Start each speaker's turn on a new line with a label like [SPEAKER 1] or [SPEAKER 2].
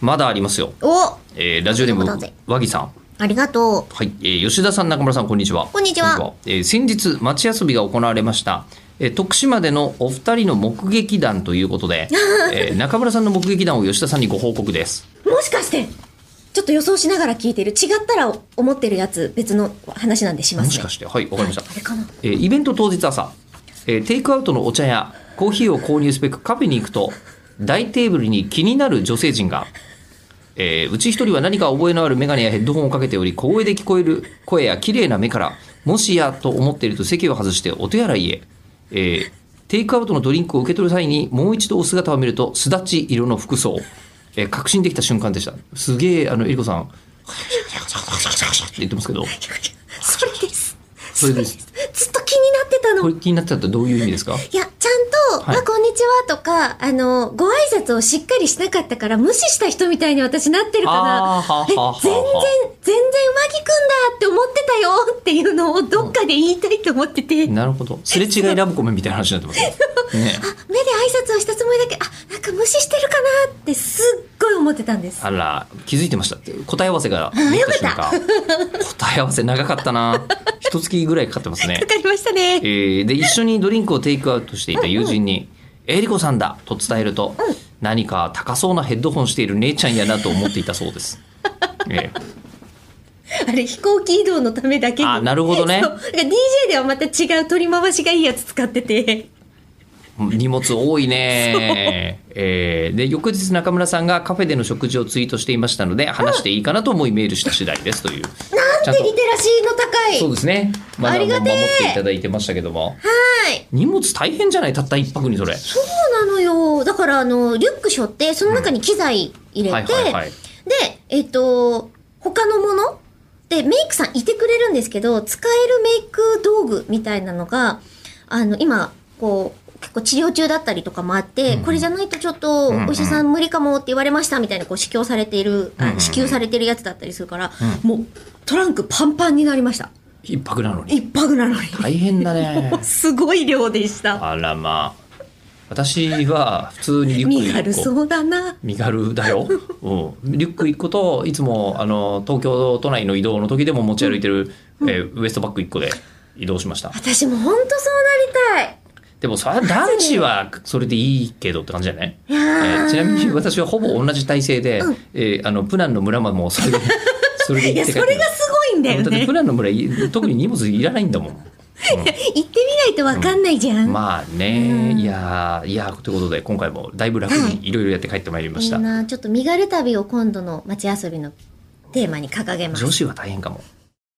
[SPEAKER 1] まだありますよ。
[SPEAKER 2] お
[SPEAKER 1] えーラジオネー
[SPEAKER 2] まだまだ
[SPEAKER 1] ム
[SPEAKER 2] ぜ
[SPEAKER 1] 和木さん。
[SPEAKER 2] ありがとう。
[SPEAKER 1] はい、えー吉田さん、中村さん、こんにちは。
[SPEAKER 2] こんにちは
[SPEAKER 1] えー先日、町遊びが行われました。えー徳島でのお二人の目撃談ということ で、えー中村さんの目撃談を吉田さんにご報告です。
[SPEAKER 2] もしかして、ちょっと予想しながら聞いてる。違ったら思ってるやつ、別の話なんでしま
[SPEAKER 1] も
[SPEAKER 2] すね。
[SPEAKER 1] しかして、はい、わかりました
[SPEAKER 2] あ。れかな
[SPEAKER 1] えーイベント当日朝、えーテイクアウトのお茶やコーヒーを購入すべくカフェに行くと大テーブルに気になる女性陣が、えーうち一人は何か覚えのある眼鏡やヘッドホンをかけており小声で聞こえる声や綺麗な目からもしやと思っていると席を外してお手洗いへ、えーテイクアウトのドリンクを受け取る際にもう一度お姿を見るとすだち色の服装、えー確信できた瞬間でしたすげえあのえりこさん って言ってますけど
[SPEAKER 2] それです。
[SPEAKER 1] それです
[SPEAKER 2] ずっと気になってたの
[SPEAKER 1] こ。れ気になっちゃったらどういう意味ですか
[SPEAKER 2] いや、ちゃんと、
[SPEAKER 1] はい
[SPEAKER 2] あ、こんにちはとか、あの、ご挨拶をしっかりしなかったから、無視した人みたいに私なってる
[SPEAKER 1] あ
[SPEAKER 2] か
[SPEAKER 1] ーは
[SPEAKER 2] ら、え、
[SPEAKER 1] ー
[SPEAKER 2] 全然、全然
[SPEAKER 1] は
[SPEAKER 2] 和
[SPEAKER 1] ーはー
[SPEAKER 2] 樹くんだって思ってたよっていうのをどっかで言いたいと思ってて、
[SPEAKER 1] なるほど。すれ違いラブコメみたいな話になってますね。ね
[SPEAKER 2] あ、目で挨拶をしたつもりだけど、あ、なんか無視してるかなってすっごい思ってたんです。
[SPEAKER 1] あら、気づいてましたって。答え合わせができた瞬間。答え合わせ長かった な。一月ぐらいかかって ますね
[SPEAKER 2] わ。かりましたね。
[SPEAKER 1] えーで、一緒にドリンクをテイクアウトしていた友人に、えりこさんだと伝えると、何か高そうなヘッドホンしている姉ちゃんやなと思っていたそうです。えー
[SPEAKER 2] あれ、飛行機移動のためだけに。
[SPEAKER 1] あなるほどね
[SPEAKER 2] そうなんか DJ ではまた違う取り回しがいいやつ使ってて。
[SPEAKER 1] 荷物多いね、えーで翌日中村さんがカフェでの食事をツイートしていましたので話していいかなと思いメールした次第ですというちゃ
[SPEAKER 2] なんん
[SPEAKER 1] と
[SPEAKER 2] てリテラシーの高い。
[SPEAKER 1] そうですねマナー
[SPEAKER 2] あり
[SPEAKER 1] も
[SPEAKER 2] がて
[SPEAKER 1] 守
[SPEAKER 2] え
[SPEAKER 1] っていただいてましたけども
[SPEAKER 2] はい。
[SPEAKER 1] 荷物大変じゃないたった一泊にそれは
[SPEAKER 2] そうなのよ。だから、あの、リュック背負って、その中に機材
[SPEAKER 1] い
[SPEAKER 2] 入
[SPEAKER 1] は
[SPEAKER 2] れて、
[SPEAKER 1] いはい
[SPEAKER 2] で、えっ、と、他のもので、メイクさんいてくれるんですけど、使えるメイク道具みたいなのが、あの、今、こう、結構治療中だったりとかもあって、これじゃないとちょっと、
[SPEAKER 1] んうん
[SPEAKER 2] お医者さん無理かもって言われましたみたいな、こう、支給されている、あ
[SPEAKER 1] うんうん
[SPEAKER 2] 支給されてるやつだったりするから、もう、トランクパンパンになりました。
[SPEAKER 1] 一泊なのに
[SPEAKER 2] 一泊なのに。
[SPEAKER 1] 大変だね
[SPEAKER 2] すごい量でした。
[SPEAKER 1] あらまあ私は普通にリュック
[SPEAKER 2] 身
[SPEAKER 1] 一個
[SPEAKER 2] 軽そうだな。
[SPEAKER 1] 身軽だよ、うん、リュック1個といつもあの東京都内の移動の時でも持ち歩いてる、えーウエストバッグ1個で移動しました
[SPEAKER 2] 私も本当そうなりたい。
[SPEAKER 1] でもそれは男子はそれでいいけどって感じじゃない、
[SPEAKER 2] いや
[SPEAKER 1] え
[SPEAKER 2] ー
[SPEAKER 1] ーちなみに私はほぼ同じ体勢で、
[SPEAKER 2] うん
[SPEAKER 1] えーあのプナンの村までもそれでそれで
[SPEAKER 2] い
[SPEAKER 1] 行
[SPEAKER 2] や、
[SPEAKER 1] って
[SPEAKER 2] そ
[SPEAKER 1] 帰って
[SPEAKER 2] れ
[SPEAKER 1] きま
[SPEAKER 2] が
[SPEAKER 1] す
[SPEAKER 2] すごいんだよ
[SPEAKER 1] だっ
[SPEAKER 2] ね。
[SPEAKER 1] てプ
[SPEAKER 2] 行
[SPEAKER 1] ランの村い 特に荷物いらないんだもん。
[SPEAKER 2] ってみないとわかんないじゃん。
[SPEAKER 1] まあね、いやーいやーということで今回もだいぶ楽にいろいろやって帰ってまいりま
[SPEAKER 2] い
[SPEAKER 1] し
[SPEAKER 2] い
[SPEAKER 1] た。
[SPEAKER 2] な、ちょっと身軽旅を今度の街遊びのテーマに掲げます。
[SPEAKER 1] 女子は大変かも。